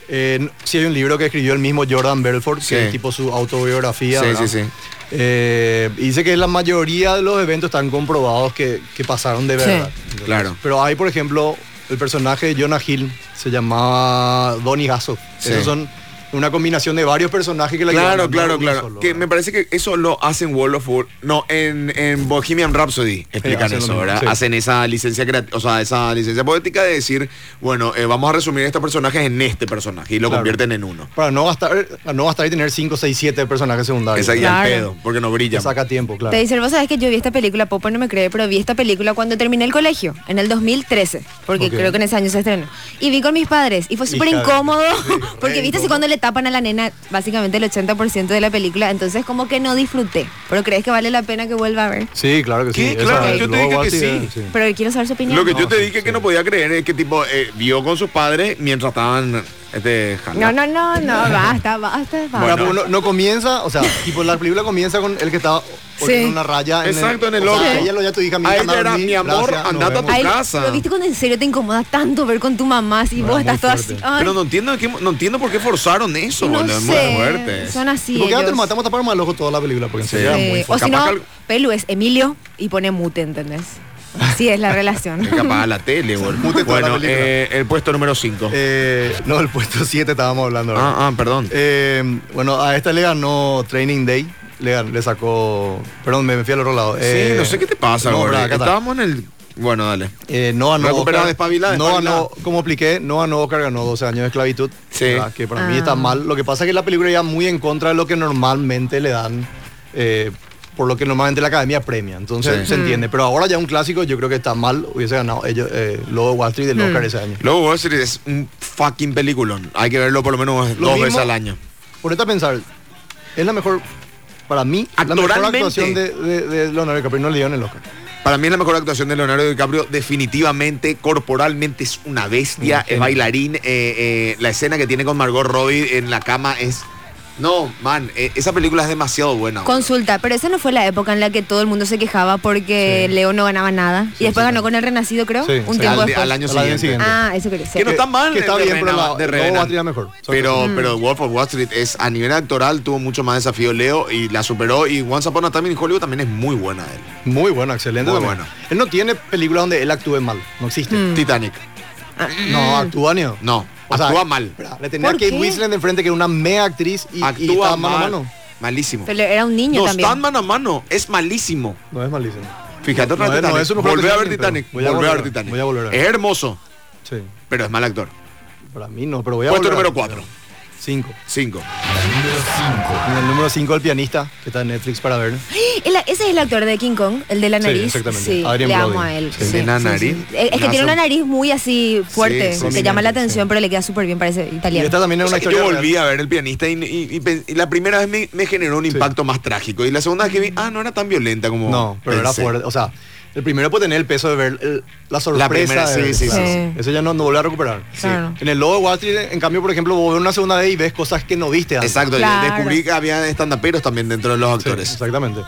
[SPEAKER 4] Eh, sí hay un libro que escribió el mismo Jordan Belfort,
[SPEAKER 3] Sí.
[SPEAKER 4] que es tipo su autobiografía.
[SPEAKER 3] Sí,
[SPEAKER 4] ¿verdad?
[SPEAKER 3] sí, sí.
[SPEAKER 4] Eh, y dice que la mayoría de los eventos están comprobados que, que pasaron de
[SPEAKER 5] Sí.
[SPEAKER 4] verdad.
[SPEAKER 3] Claro.
[SPEAKER 4] Pero hay, por ejemplo, el personaje de Jonah Hill se llamaba Donny Gasso.
[SPEAKER 3] Sí.
[SPEAKER 4] Esos son una combinación de varios personajes que la
[SPEAKER 3] Claro,
[SPEAKER 4] llevan,
[SPEAKER 3] claro,
[SPEAKER 4] no
[SPEAKER 3] claro.
[SPEAKER 4] uno solo,
[SPEAKER 3] que
[SPEAKER 4] ¿verdad?
[SPEAKER 3] me parece que eso lo hacen Wall of Wall. No, en, en Bohemian Rapsody explican
[SPEAKER 4] hacen lo
[SPEAKER 3] eso,
[SPEAKER 4] mismo,
[SPEAKER 3] ¿verdad?
[SPEAKER 4] sí.
[SPEAKER 3] Hacen esa licencia creat- o sea, esa licencia poética de decir, bueno, eh, vamos a resumir estos personajes en este personaje y lo
[SPEAKER 4] Claro.
[SPEAKER 3] convierten en uno.
[SPEAKER 4] Para no gastar, para no gastar y tener 5, 6, 7 personajes secundarios.
[SPEAKER 3] Esa guía
[SPEAKER 5] Claro.
[SPEAKER 3] al pedo, porque no brilla.
[SPEAKER 4] Te saca tiempo, claro.
[SPEAKER 5] Te dice, vos sabes que yo vi esta película, Popo no me cree, pero vi esta película cuando terminé el colegio, en el 2013, porque
[SPEAKER 4] Ok.
[SPEAKER 5] creo que en ese año se estrenó. Y vi con mis padres, y fue súper
[SPEAKER 4] Hija de-
[SPEAKER 5] incómodo,
[SPEAKER 4] sí,
[SPEAKER 5] *laughs* porque
[SPEAKER 4] re
[SPEAKER 5] viste así
[SPEAKER 4] incómodo.
[SPEAKER 5] cuando le tapan a la nena básicamente el 80% de la película, entonces como que no disfruté, pero crees que vale la pena que vuelva a ver.
[SPEAKER 4] Sí, claro que sí.
[SPEAKER 3] ¿Qué?
[SPEAKER 4] Esa
[SPEAKER 3] Claro,
[SPEAKER 4] de
[SPEAKER 3] yo te
[SPEAKER 4] Lobo
[SPEAKER 3] dije
[SPEAKER 4] Wall
[SPEAKER 3] que
[SPEAKER 4] Street,
[SPEAKER 3] sí.
[SPEAKER 4] eh,
[SPEAKER 5] Pero quiero saber su opinión.
[SPEAKER 3] Lo que yo
[SPEAKER 4] No,
[SPEAKER 3] te
[SPEAKER 4] sí,
[SPEAKER 3] dije que
[SPEAKER 4] sí.
[SPEAKER 3] no podía creer es que tipo eh, vio con sus padres mientras estaban este
[SPEAKER 5] No, no, no, no, basta, basta, basta.
[SPEAKER 3] Bueno.
[SPEAKER 4] Ahora, no, no comienza, o sea, tipo la película comienza con el que estaba
[SPEAKER 5] Sí.
[SPEAKER 4] en una raya. en
[SPEAKER 3] Exacto, en el
[SPEAKER 4] o sea,
[SPEAKER 3] ojo.
[SPEAKER 4] Ella lo ya tu hija, mi
[SPEAKER 3] A
[SPEAKER 4] hija,
[SPEAKER 3] ella era,
[SPEAKER 4] dormí,
[SPEAKER 3] mi amor,
[SPEAKER 4] gracias, nos
[SPEAKER 3] andate a tu
[SPEAKER 4] vemos.
[SPEAKER 5] Ay,
[SPEAKER 3] casa.
[SPEAKER 5] Pero viste cuando en serio te incomoda tanto ver con tu mamá si
[SPEAKER 4] No,
[SPEAKER 5] vos
[SPEAKER 4] es muy
[SPEAKER 5] estás todo así.
[SPEAKER 4] fuerte.
[SPEAKER 5] ay,
[SPEAKER 3] Pero no entiendo, de qué- no entiendo por qué forzaron eso,
[SPEAKER 5] no
[SPEAKER 3] boludo, es muy
[SPEAKER 5] sé,
[SPEAKER 3] fuerte.
[SPEAKER 5] Son así.
[SPEAKER 4] Tipo, quédate,
[SPEAKER 5] ellos.
[SPEAKER 4] matamos a tapar mal ojo toda la película, porque en
[SPEAKER 3] Sí.
[SPEAKER 4] serio era
[SPEAKER 5] Sí,
[SPEAKER 4] muy
[SPEAKER 5] O
[SPEAKER 4] fuerte.
[SPEAKER 5] si
[SPEAKER 3] Capaz
[SPEAKER 5] no,
[SPEAKER 3] que al-
[SPEAKER 5] Pelu es Emilio y pone mute, ¿entendés? Sí, es la relación.
[SPEAKER 3] *laughs* Es capaz a la tele, boludo.
[SPEAKER 4] mute toda la
[SPEAKER 3] Bueno,
[SPEAKER 4] película.
[SPEAKER 3] eh, el puesto número 5.
[SPEAKER 4] Eh, no, el puesto 7 estábamos hablando. ¿verdad?
[SPEAKER 3] ah, ah, perdón.
[SPEAKER 4] Eh, bueno, a esta le ganó Training Day. Le, gan- le sacó. Perdón, me, me fui al otro lado.
[SPEAKER 3] sí,
[SPEAKER 4] Eh,
[SPEAKER 3] no sé qué te pasa,
[SPEAKER 4] no,
[SPEAKER 3] boludo.
[SPEAKER 4] bra, acá está.
[SPEAKER 3] Estábamos en el. Bueno, dale.
[SPEAKER 4] Eh, no ganó.
[SPEAKER 3] Recupera,
[SPEAKER 4] Oscar.
[SPEAKER 3] despabila,
[SPEAKER 4] no
[SPEAKER 3] despabila.
[SPEAKER 4] ganó, como expliqué, no ganó Oscar, ganó 12 años de esclavitud.
[SPEAKER 3] Sí.
[SPEAKER 4] ¿verdad? Que para
[SPEAKER 5] Ah.
[SPEAKER 4] mí está mal. Lo que pasa es que la película ya muy en contra de lo que normalmente le dan. eh, por lo que normalmente la academia premia. Entonces
[SPEAKER 3] Sí.
[SPEAKER 5] Mm.
[SPEAKER 4] se entiende. Pero ahora ya un clásico, yo creo que está mal. Hubiese ganado ellos, eh, Lobo de Wall Street
[SPEAKER 5] Mm.
[SPEAKER 4] del Oscar ese año.
[SPEAKER 3] Luego Wall Street es un fucking peliculón. Hay que verlo por lo menos
[SPEAKER 4] Lo
[SPEAKER 3] dos
[SPEAKER 4] mismo-
[SPEAKER 3] veces al año.
[SPEAKER 4] Ponete a pensar, es la mejor, para mí, la mejor
[SPEAKER 3] Actoralmente.
[SPEAKER 4] actuación de, de, de Leonardo DiCaprio. No le dieron el Oscar.
[SPEAKER 3] Para mí es la mejor actuación de Leonardo DiCaprio. Definitivamente, corporalmente es una bestia. es bailarín. eh, eh, la escena que tiene con Margot Robbie en la cama es. No, man, eh, esa película es demasiado buena.
[SPEAKER 5] Consulta, pero esa no fue la época en la que todo el mundo se quejaba porque
[SPEAKER 4] Sí.
[SPEAKER 5] Leo no ganaba nada. y después ganó con el Renacido, creo.
[SPEAKER 4] Sí,
[SPEAKER 5] un
[SPEAKER 4] sí.
[SPEAKER 5] tiempo
[SPEAKER 3] al,
[SPEAKER 5] después.
[SPEAKER 3] al año
[SPEAKER 4] Al año
[SPEAKER 3] siguiente.
[SPEAKER 4] siguiente.
[SPEAKER 5] Ah, eso quería decir.
[SPEAKER 3] Que no está mal
[SPEAKER 4] Que está
[SPEAKER 3] de
[SPEAKER 4] bien, pero
[SPEAKER 3] Renan-
[SPEAKER 4] la
[SPEAKER 3] de
[SPEAKER 4] Lobo
[SPEAKER 3] Renan.
[SPEAKER 4] va a tirar mejor.
[SPEAKER 3] Pero, pero Wolf of Wall Street es a nivel actoral tuvo mucho más desafío Leo y la superó y Once Upon a Time in Hollywood también es muy buena él.
[SPEAKER 4] Muy bueno, excelente.
[SPEAKER 3] Muy
[SPEAKER 4] también.
[SPEAKER 3] bueno.
[SPEAKER 4] Él no tiene películas donde él actúe mal. No existe.
[SPEAKER 5] Mm.
[SPEAKER 3] Titanic.
[SPEAKER 4] No, actúa ni. No.
[SPEAKER 3] No,
[SPEAKER 4] O sea,
[SPEAKER 3] actúa mal.
[SPEAKER 4] Le tenía a
[SPEAKER 5] ¿Por
[SPEAKER 4] Kate
[SPEAKER 5] qué?
[SPEAKER 4] Winslet enfrente, que era una mega actriz, y, y
[SPEAKER 3] Actúa
[SPEAKER 4] estaba mano a
[SPEAKER 3] mal.
[SPEAKER 4] mano.
[SPEAKER 3] Malísimo.
[SPEAKER 5] Pero era un niño
[SPEAKER 3] No
[SPEAKER 5] también.
[SPEAKER 3] están mano a mano, es malísimo.
[SPEAKER 4] No es malísimo.
[SPEAKER 3] Fíjate otra
[SPEAKER 4] No,
[SPEAKER 3] vez
[SPEAKER 4] no,
[SPEAKER 3] Titanic.
[SPEAKER 4] es su mejor
[SPEAKER 3] Volvé a ver
[SPEAKER 4] actuación, pero
[SPEAKER 3] Titanic.
[SPEAKER 4] voy a
[SPEAKER 3] Volvé a ver
[SPEAKER 4] volver a-
[SPEAKER 3] Titanic.
[SPEAKER 4] voy a volver a ver.
[SPEAKER 3] Es hermoso,
[SPEAKER 4] Sí.
[SPEAKER 3] pero es mal actor.
[SPEAKER 4] Para mí no, pero voy a
[SPEAKER 3] Puesto
[SPEAKER 4] volver a-
[SPEAKER 3] número 4.
[SPEAKER 4] Cinco.
[SPEAKER 3] Cinco.
[SPEAKER 4] En el número cinco, el pianista, que está en Netflix para ver.
[SPEAKER 5] El- ese es el actor de King Kong, el de la
[SPEAKER 4] Sí,
[SPEAKER 5] nariz.
[SPEAKER 4] exactamente.
[SPEAKER 5] Sí,
[SPEAKER 4] Adrian
[SPEAKER 5] le
[SPEAKER 4] Brody.
[SPEAKER 5] amo a él.
[SPEAKER 4] Sí.
[SPEAKER 5] sí,
[SPEAKER 3] Tiene una
[SPEAKER 5] sí,
[SPEAKER 3] nariz.
[SPEAKER 5] sí. Es que
[SPEAKER 3] Nazo.
[SPEAKER 5] tiene una nariz muy así fuerte,
[SPEAKER 3] Sí,
[SPEAKER 5] que
[SPEAKER 3] sí,
[SPEAKER 5] llama la
[SPEAKER 4] sí.
[SPEAKER 5] atención, pero le queda súper bien, parece
[SPEAKER 4] Y
[SPEAKER 5] italiano.
[SPEAKER 4] esta también es
[SPEAKER 3] O sea,
[SPEAKER 4] una historia.
[SPEAKER 3] yo volví
[SPEAKER 4] real.
[SPEAKER 3] a ver el pianista y, y- y pen- y la primera vez me, me generó un impacto más trágico. Y la segunda vez que vi, ah, no era tan violenta como.
[SPEAKER 4] No, pero era
[SPEAKER 3] pensé.
[SPEAKER 4] fuerte. O sea, el primero puede tener el peso de ver el- la sorpresa.
[SPEAKER 3] La primera, sí,
[SPEAKER 4] de-
[SPEAKER 3] sí,
[SPEAKER 5] sí, sí.
[SPEAKER 4] Eso ya no, no vuelve a recuperar.
[SPEAKER 5] Claro.
[SPEAKER 4] En el logo de Wall Street, en cambio, por ejemplo, vos ves una segunda vez y ves cosas que no viste antes.
[SPEAKER 3] Exacto, y
[SPEAKER 5] Claro.
[SPEAKER 3] descubrí que había estandaperos también dentro de los
[SPEAKER 4] Sí,
[SPEAKER 3] actores.
[SPEAKER 4] exactamente.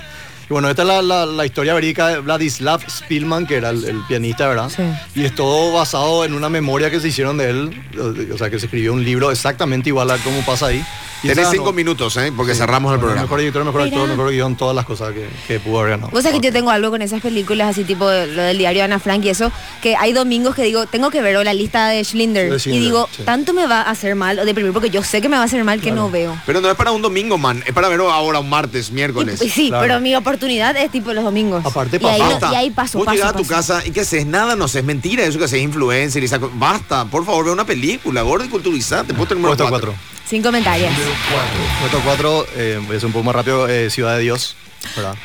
[SPEAKER 4] Y bueno, esta es la, la- la historia verídica de Vladislav Spielman, que era el, el pianista, ¿verdad?
[SPEAKER 5] Sí.
[SPEAKER 4] Y es todo basado en una memoria que se hicieron de él, o sea, que se escribió un libro exactamente igual a cómo pasa ahí. Y
[SPEAKER 3] Tenés
[SPEAKER 4] esa
[SPEAKER 3] cinco
[SPEAKER 4] ganó-
[SPEAKER 3] minutos, ¿eh? Porque
[SPEAKER 4] Sí,
[SPEAKER 3] cerramos el
[SPEAKER 4] ganó
[SPEAKER 3] programa.
[SPEAKER 4] Mejor director, mejor actor,
[SPEAKER 5] Mira.
[SPEAKER 4] mejor guión, todas las cosas que, que pudo haber ganado.
[SPEAKER 5] Vos sabés que yo tengo algo con esas películas, así tipo lo del diario de Ana Frank y eso, que hay domingos que digo, tengo que ver o la lista de Schlinder.
[SPEAKER 4] De
[SPEAKER 5] y
[SPEAKER 4] Schindler,
[SPEAKER 5] digo,
[SPEAKER 4] sí.
[SPEAKER 5] tanto me va a hacer mal o deprimir porque yo sé que me va a hacer mal que no veo.
[SPEAKER 3] Pero no es para un domingo, man. Es para verlo ahora un martes, miércoles.
[SPEAKER 5] Y, y sí,
[SPEAKER 4] Claro.
[SPEAKER 5] pero mi oportunidad es tipo los domingos.
[SPEAKER 4] Aparte,
[SPEAKER 5] y ahí, no-
[SPEAKER 3] Basta.
[SPEAKER 5] y ahí paso,
[SPEAKER 3] Vos
[SPEAKER 5] paso,
[SPEAKER 3] llegás a tu
[SPEAKER 5] paso.
[SPEAKER 3] casa y que haces nada, no sé, es mentira eso que haces influencer y saco. Basta, por favor, ve una película, gordo y culturizante. Puesto el número
[SPEAKER 4] Puesto
[SPEAKER 3] cuatro.
[SPEAKER 4] cuatro.
[SPEAKER 5] Sin comentarios.
[SPEAKER 4] Puesto cuatro, eh, voy a hacer un poco más rápido, eh, Ciudad de Dios, ¿verdad?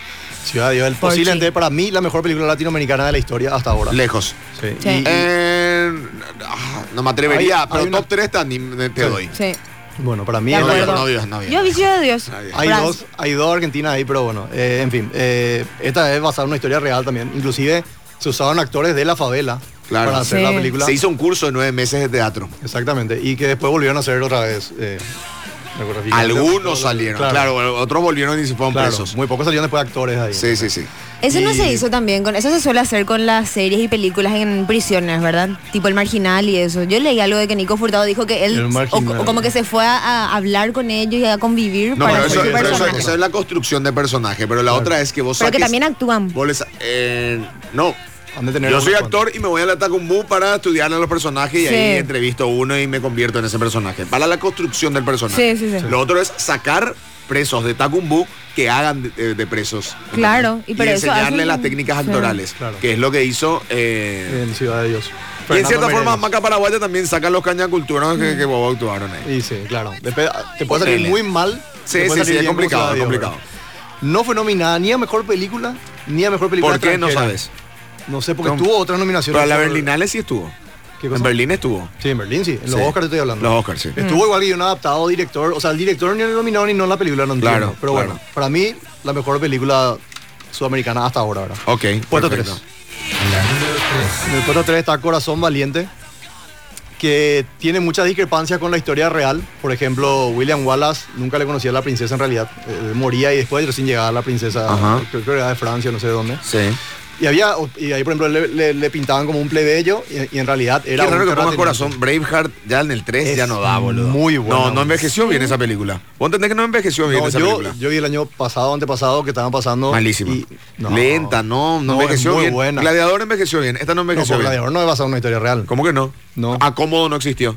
[SPEAKER 4] Ciudad de Dios, el-
[SPEAKER 5] Porchi.
[SPEAKER 4] posiblemente para mí la mejor película latinoamericana de la historia hasta ahora.
[SPEAKER 3] Lejos.
[SPEAKER 4] Sí.
[SPEAKER 5] Sí.
[SPEAKER 4] Y- y-
[SPEAKER 3] Eh, ah, no me atrevería,
[SPEAKER 4] Hay-
[SPEAKER 3] pero
[SPEAKER 4] hay una-
[SPEAKER 3] top 3 te, anim- te
[SPEAKER 4] Sí.
[SPEAKER 3] doy.
[SPEAKER 5] Sí.
[SPEAKER 4] bueno, para mí
[SPEAKER 5] De
[SPEAKER 4] es la-
[SPEAKER 5] acuerdo.
[SPEAKER 3] no digas, no digas.
[SPEAKER 5] Yo vi Ciudad de Dios.
[SPEAKER 3] No digas.
[SPEAKER 4] Hay
[SPEAKER 5] Francia.
[SPEAKER 4] dos, hay dos argentinas ahí, pero bueno, eh, en fin, eh, esta es basada en una historia real también. Inclusive se usaron actores de la favela
[SPEAKER 3] Claro.
[SPEAKER 4] para hacer
[SPEAKER 5] Sí.
[SPEAKER 4] la película.
[SPEAKER 3] Se hizo un curso de nueve meses de teatro.
[SPEAKER 4] Exactamente, y que después volvieron a hacer otra vez. eh, me acuerdo, fíjate.
[SPEAKER 3] Algunos salieron, claro. otros volvieron y se fueron
[SPEAKER 4] claro,
[SPEAKER 3] presos.
[SPEAKER 4] muy pocos salieron después actores ahí.
[SPEAKER 3] Sí, sí, sí.
[SPEAKER 5] Eso no
[SPEAKER 4] Y-
[SPEAKER 5] se hizo también con. Eso se suele hacer con las series y películas en prisiones, ¿verdad? Tipo el marginal y eso. Yo leí algo de que Nico Furtado dijo que él.
[SPEAKER 4] El
[SPEAKER 5] o,
[SPEAKER 4] Marginal.
[SPEAKER 5] o como que se fue a, a hablar con ellos y a convivir
[SPEAKER 3] No,
[SPEAKER 5] para
[SPEAKER 3] pero
[SPEAKER 5] hacer
[SPEAKER 3] eso,
[SPEAKER 5] su
[SPEAKER 3] pero eso-
[SPEAKER 5] personaje.
[SPEAKER 3] eso es la construcción de personaje, pero la
[SPEAKER 4] Claro.
[SPEAKER 3] otra es que vos
[SPEAKER 5] Pero que
[SPEAKER 3] saques-
[SPEAKER 5] también actúan.
[SPEAKER 3] vos le sa- eh, no.
[SPEAKER 4] Han de tener
[SPEAKER 3] Yo
[SPEAKER 4] unos
[SPEAKER 3] soy
[SPEAKER 4] cuantos.
[SPEAKER 3] actor y me voy a la Tacumbú para estudiar a los personajes y
[SPEAKER 5] Sí.
[SPEAKER 3] ahí entrevisto a uno y me convierto en ese personaje. Para la construcción del personaje.
[SPEAKER 5] Sí, sí, sí.
[SPEAKER 3] Lo otro es sacar presos de Tacumbú que hagan de, de- de presos.
[SPEAKER 5] Claro, y
[SPEAKER 3] Y,
[SPEAKER 5] pero eso
[SPEAKER 3] enseñarle
[SPEAKER 5] hacen-
[SPEAKER 3] las técnicas
[SPEAKER 5] sí.
[SPEAKER 3] actorales,
[SPEAKER 4] Claro.
[SPEAKER 3] que es lo que hizo eh,
[SPEAKER 4] En Ciudad de Dios.
[SPEAKER 3] Y en
[SPEAKER 4] Fernando
[SPEAKER 3] cierta forma,
[SPEAKER 4] Meirelles.
[SPEAKER 3] Maca Paraguaya también sacan los cañas culturales que, que Bobo actuaron ahí.
[SPEAKER 4] Y sí, claro. Depe- te puede salir
[SPEAKER 3] Ponele.
[SPEAKER 4] muy mal.
[SPEAKER 3] Sí,
[SPEAKER 4] te puede
[SPEAKER 3] sí,
[SPEAKER 4] salir
[SPEAKER 3] sí, es
[SPEAKER 4] bien como
[SPEAKER 3] complicado,
[SPEAKER 4] Ciudad de Dios,
[SPEAKER 3] complicado.
[SPEAKER 4] ¿verdad? No fue nominada ni a mejor película, ni a mejor película.
[SPEAKER 3] ¿Por qué no
[SPEAKER 4] extranjera.
[SPEAKER 3] sabes?
[SPEAKER 4] No sé, porque
[SPEAKER 3] No.
[SPEAKER 4] tuvo otras nominaciones.
[SPEAKER 3] Pero la
[SPEAKER 4] por-
[SPEAKER 3] Berlinale sí estuvo.
[SPEAKER 4] ¿Qué cosa?
[SPEAKER 3] En Berlín estuvo.
[SPEAKER 4] Sí, en Berlín, sí. En los
[SPEAKER 3] Sí.
[SPEAKER 4] Oscars estoy hablando.
[SPEAKER 3] Los Oscars, sí.
[SPEAKER 4] Estuvo igual que un adaptado director. O sea, el director ni el nominado ni no en la película, no entiendo.
[SPEAKER 3] Claro,
[SPEAKER 4] Pero bueno,
[SPEAKER 3] claro.
[SPEAKER 4] para mí, la mejor película sudamericana hasta ahora, ¿verdad?
[SPEAKER 3] Ok.
[SPEAKER 4] Puesto
[SPEAKER 3] perfecto.
[SPEAKER 4] 3. En el puesto 3 está Corazón Valiente, que tiene muchas discrepancias con la historia real. Por ejemplo, William Wallace nunca le conocía a la princesa en realidad. Eh, moría y después recién llegaba la princesa,
[SPEAKER 3] Ajá.
[SPEAKER 4] creo que era de Francia, no sé de dónde.
[SPEAKER 3] Sí.
[SPEAKER 4] Y había, y ahí por ejemplo le, le- le pintaban como un plebeyo y, y en realidad era
[SPEAKER 3] Qué raro
[SPEAKER 4] un
[SPEAKER 3] que ponga
[SPEAKER 4] terrateniente.
[SPEAKER 3] corazón. Braveheart ya en el 3
[SPEAKER 4] Es
[SPEAKER 3] ya no da, boludo.
[SPEAKER 4] muy buena,
[SPEAKER 3] No, no
[SPEAKER 4] boludo.
[SPEAKER 3] envejeció bien esa película. Vos entendés que no envejeció bien
[SPEAKER 4] No,
[SPEAKER 3] esa
[SPEAKER 4] yo,
[SPEAKER 3] película.
[SPEAKER 4] yo vi el año pasado, antepasado, que estaban pasando.
[SPEAKER 3] Malísima.
[SPEAKER 4] y- no.
[SPEAKER 3] Lenta, no, no,
[SPEAKER 4] es
[SPEAKER 3] envejeció
[SPEAKER 4] muy
[SPEAKER 3] bien.
[SPEAKER 4] buena.
[SPEAKER 3] Gladiador envejeció bien. Esta no
[SPEAKER 4] No,
[SPEAKER 3] envejeció
[SPEAKER 4] porque
[SPEAKER 3] bien.
[SPEAKER 4] Gladiador no es basado en una historia real.
[SPEAKER 3] ¿Cómo que no?
[SPEAKER 4] No.
[SPEAKER 3] Acomodo no existió.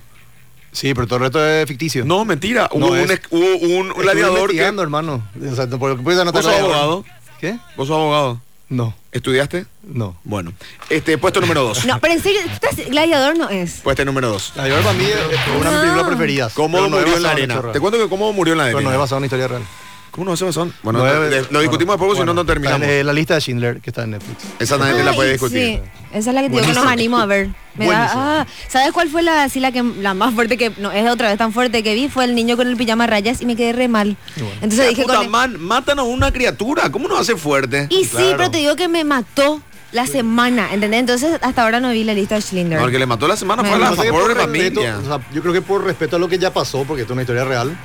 [SPEAKER 4] Sí, pero todo el resto es ficticio.
[SPEAKER 3] No, mentira.
[SPEAKER 4] No,
[SPEAKER 3] hubo,
[SPEAKER 4] es-
[SPEAKER 3] un, es- hubo un
[SPEAKER 4] Estuve
[SPEAKER 3] gladiador que.
[SPEAKER 4] investigando, hermano. O sea, no- porque puedes anotar
[SPEAKER 3] ¿Vos sos
[SPEAKER 4] Gladiador.
[SPEAKER 3] abogado?
[SPEAKER 4] ¿Qué?
[SPEAKER 3] ¿Vos sos abogado?
[SPEAKER 4] No,
[SPEAKER 3] ¿Estudiaste?
[SPEAKER 4] no.
[SPEAKER 3] Bueno, este puesto número 2.
[SPEAKER 5] No, pero en serio, ¿estás- Gladiador no es.
[SPEAKER 3] Puesto número 2.
[SPEAKER 4] Gladiador para mí es es una de mis
[SPEAKER 5] No.
[SPEAKER 4] películas preferidas.
[SPEAKER 3] Cómodo
[SPEAKER 4] pero no es
[SPEAKER 3] murió en la
[SPEAKER 4] basado
[SPEAKER 3] arena.
[SPEAKER 4] hecho
[SPEAKER 3] Te
[SPEAKER 4] real.
[SPEAKER 3] cuento que cómo murió en la
[SPEAKER 4] Pero no es
[SPEAKER 3] arena.
[SPEAKER 4] basado en una historia real.
[SPEAKER 3] ¿Cómo no se basó? Bueno,
[SPEAKER 4] No es-
[SPEAKER 3] de- lo
[SPEAKER 4] bueno,
[SPEAKER 3] discutimos después porque si no,
[SPEAKER 4] bueno,
[SPEAKER 3] no terminamos.
[SPEAKER 4] está en, eh, La lista de Schindler que está en Netflix.
[SPEAKER 3] Esa nadie te la puede
[SPEAKER 5] Ay,
[SPEAKER 3] discutir.
[SPEAKER 5] sí. Esa es la que te digo que
[SPEAKER 4] Buenísimo.
[SPEAKER 5] no me animo a ver. Me da-
[SPEAKER 4] Buenísimo.
[SPEAKER 5] ah, ¿Sabes cuál fue la así la que la más fuerte que no es de otra vez tan fuerte que vi? Fue el niño con el pijama rayas y me quedé re mal. Entonces dije
[SPEAKER 3] Puta
[SPEAKER 5] con
[SPEAKER 3] man, matan a una criatura. ¿Cómo no hace fuerte?
[SPEAKER 5] Y sí,
[SPEAKER 4] Claro.
[SPEAKER 5] pero te digo que me mató la semana, ¿entendés? Entonces hasta ahora no vi la lista de Schindler.
[SPEAKER 3] No, el que le mató la semana fue a
[SPEAKER 5] Bueno,
[SPEAKER 3] la
[SPEAKER 4] Lo que pasa es que
[SPEAKER 3] pobre
[SPEAKER 4] por respeto-
[SPEAKER 3] familia.
[SPEAKER 4] o sea, yo creo que por respeto a lo que ya pasó, porque esto es una historia real.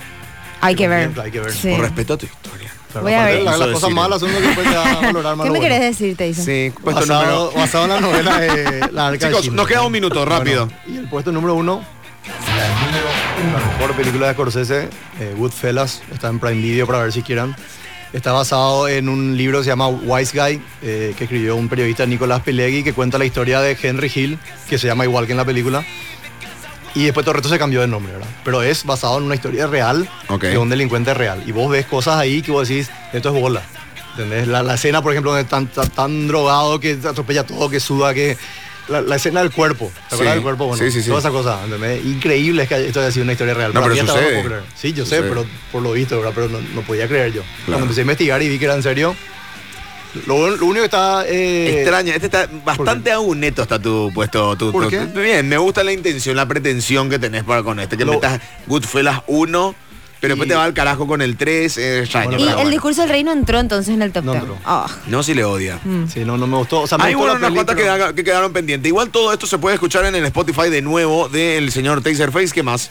[SPEAKER 5] hay que ver.
[SPEAKER 4] Hay que ver.
[SPEAKER 5] Sí.
[SPEAKER 3] Por respeto a tu historia.
[SPEAKER 4] Claro,
[SPEAKER 5] Voy a
[SPEAKER 4] aparte,
[SPEAKER 5] ver.
[SPEAKER 4] la- Las
[SPEAKER 3] Eso
[SPEAKER 4] cosas
[SPEAKER 3] decirle.
[SPEAKER 4] malas son lo que después te
[SPEAKER 5] *laughs*
[SPEAKER 4] va a valorar más
[SPEAKER 5] ¿Qué
[SPEAKER 4] lo
[SPEAKER 5] me
[SPEAKER 4] bueno.
[SPEAKER 5] querés decir, Pues Tyson?
[SPEAKER 3] Sí, pues puesto
[SPEAKER 4] basado,
[SPEAKER 3] número.
[SPEAKER 4] basado
[SPEAKER 5] *laughs*
[SPEAKER 4] en la novela de La Arca de
[SPEAKER 3] Chicos,
[SPEAKER 4] Schindler.
[SPEAKER 3] nos queda un minuto, rápido.
[SPEAKER 4] Bueno, y el puesto número uno, la mejor película de Scorsese, eh, Goodfellas, está en Prime Video para ver si quieran. Está basado en un libro que se llama Wise Guy, eh, que escribió un periodista Nicolás Pileggi, que cuenta la historia de Henry Hill, que se llama igual que en la película. Y después todo el resto se cambió de nombre, ¿verdad? Pero es basado en una historia real
[SPEAKER 3] Ok.
[SPEAKER 4] de un delincuente real. Y vos ves cosas ahí que vos decís, esto es bola. ¿Entendés? La, la escena, por ejemplo, donde están tan, tan drogado que atropella todo, que suda, que la, la escena del cuerpo. ¿Te acuerdas
[SPEAKER 3] Sí.
[SPEAKER 4] del cuerpo? Bueno,
[SPEAKER 3] Sí, sí, sí.
[SPEAKER 4] toda esa cosa, ¿entendés? Increíble es que esto haya sido una historia real.
[SPEAKER 3] No,
[SPEAKER 4] Para
[SPEAKER 3] pero
[SPEAKER 4] mí hasta ahora
[SPEAKER 3] sucede.
[SPEAKER 4] puedo creer. Sí, yo sé,
[SPEAKER 3] Sucede.
[SPEAKER 4] pero por lo visto, ¿verdad? Pero no, no podía creer yo.
[SPEAKER 3] Claro.
[SPEAKER 4] Cuando empecé a investigar y vi que era en serio, lo, lo único que está... eh,
[SPEAKER 3] Extraña, este está bastante aguneto está tu puesto. Tu,
[SPEAKER 4] ¿Por
[SPEAKER 3] tu-
[SPEAKER 4] qué?
[SPEAKER 3] Bien, me gusta la intención, la pretensión que tenés para con este, que
[SPEAKER 4] Lo-
[SPEAKER 3] metas Goodfellas 1, pero después
[SPEAKER 4] Y-
[SPEAKER 3] te va al carajo con el 3, es extraño.
[SPEAKER 4] Bueno,
[SPEAKER 5] Y
[SPEAKER 3] pero
[SPEAKER 5] el
[SPEAKER 3] bueno.
[SPEAKER 5] discurso del rey no entró entonces en el top
[SPEAKER 4] No
[SPEAKER 5] 10.
[SPEAKER 4] entró.
[SPEAKER 5] Ah.
[SPEAKER 3] No, si le odia.
[SPEAKER 5] Mm.
[SPEAKER 4] Sí, no, no me gustó. O sea, me
[SPEAKER 3] Hay
[SPEAKER 4] gustó
[SPEAKER 3] bueno,
[SPEAKER 4] la
[SPEAKER 3] unas
[SPEAKER 4] peli,
[SPEAKER 3] cuantas que,
[SPEAKER 4] pero-
[SPEAKER 3] haga- que quedaron pendientes. Igual todo esto se puede escuchar en el Spotify de nuevo del señor Taserface. ¿Qué más?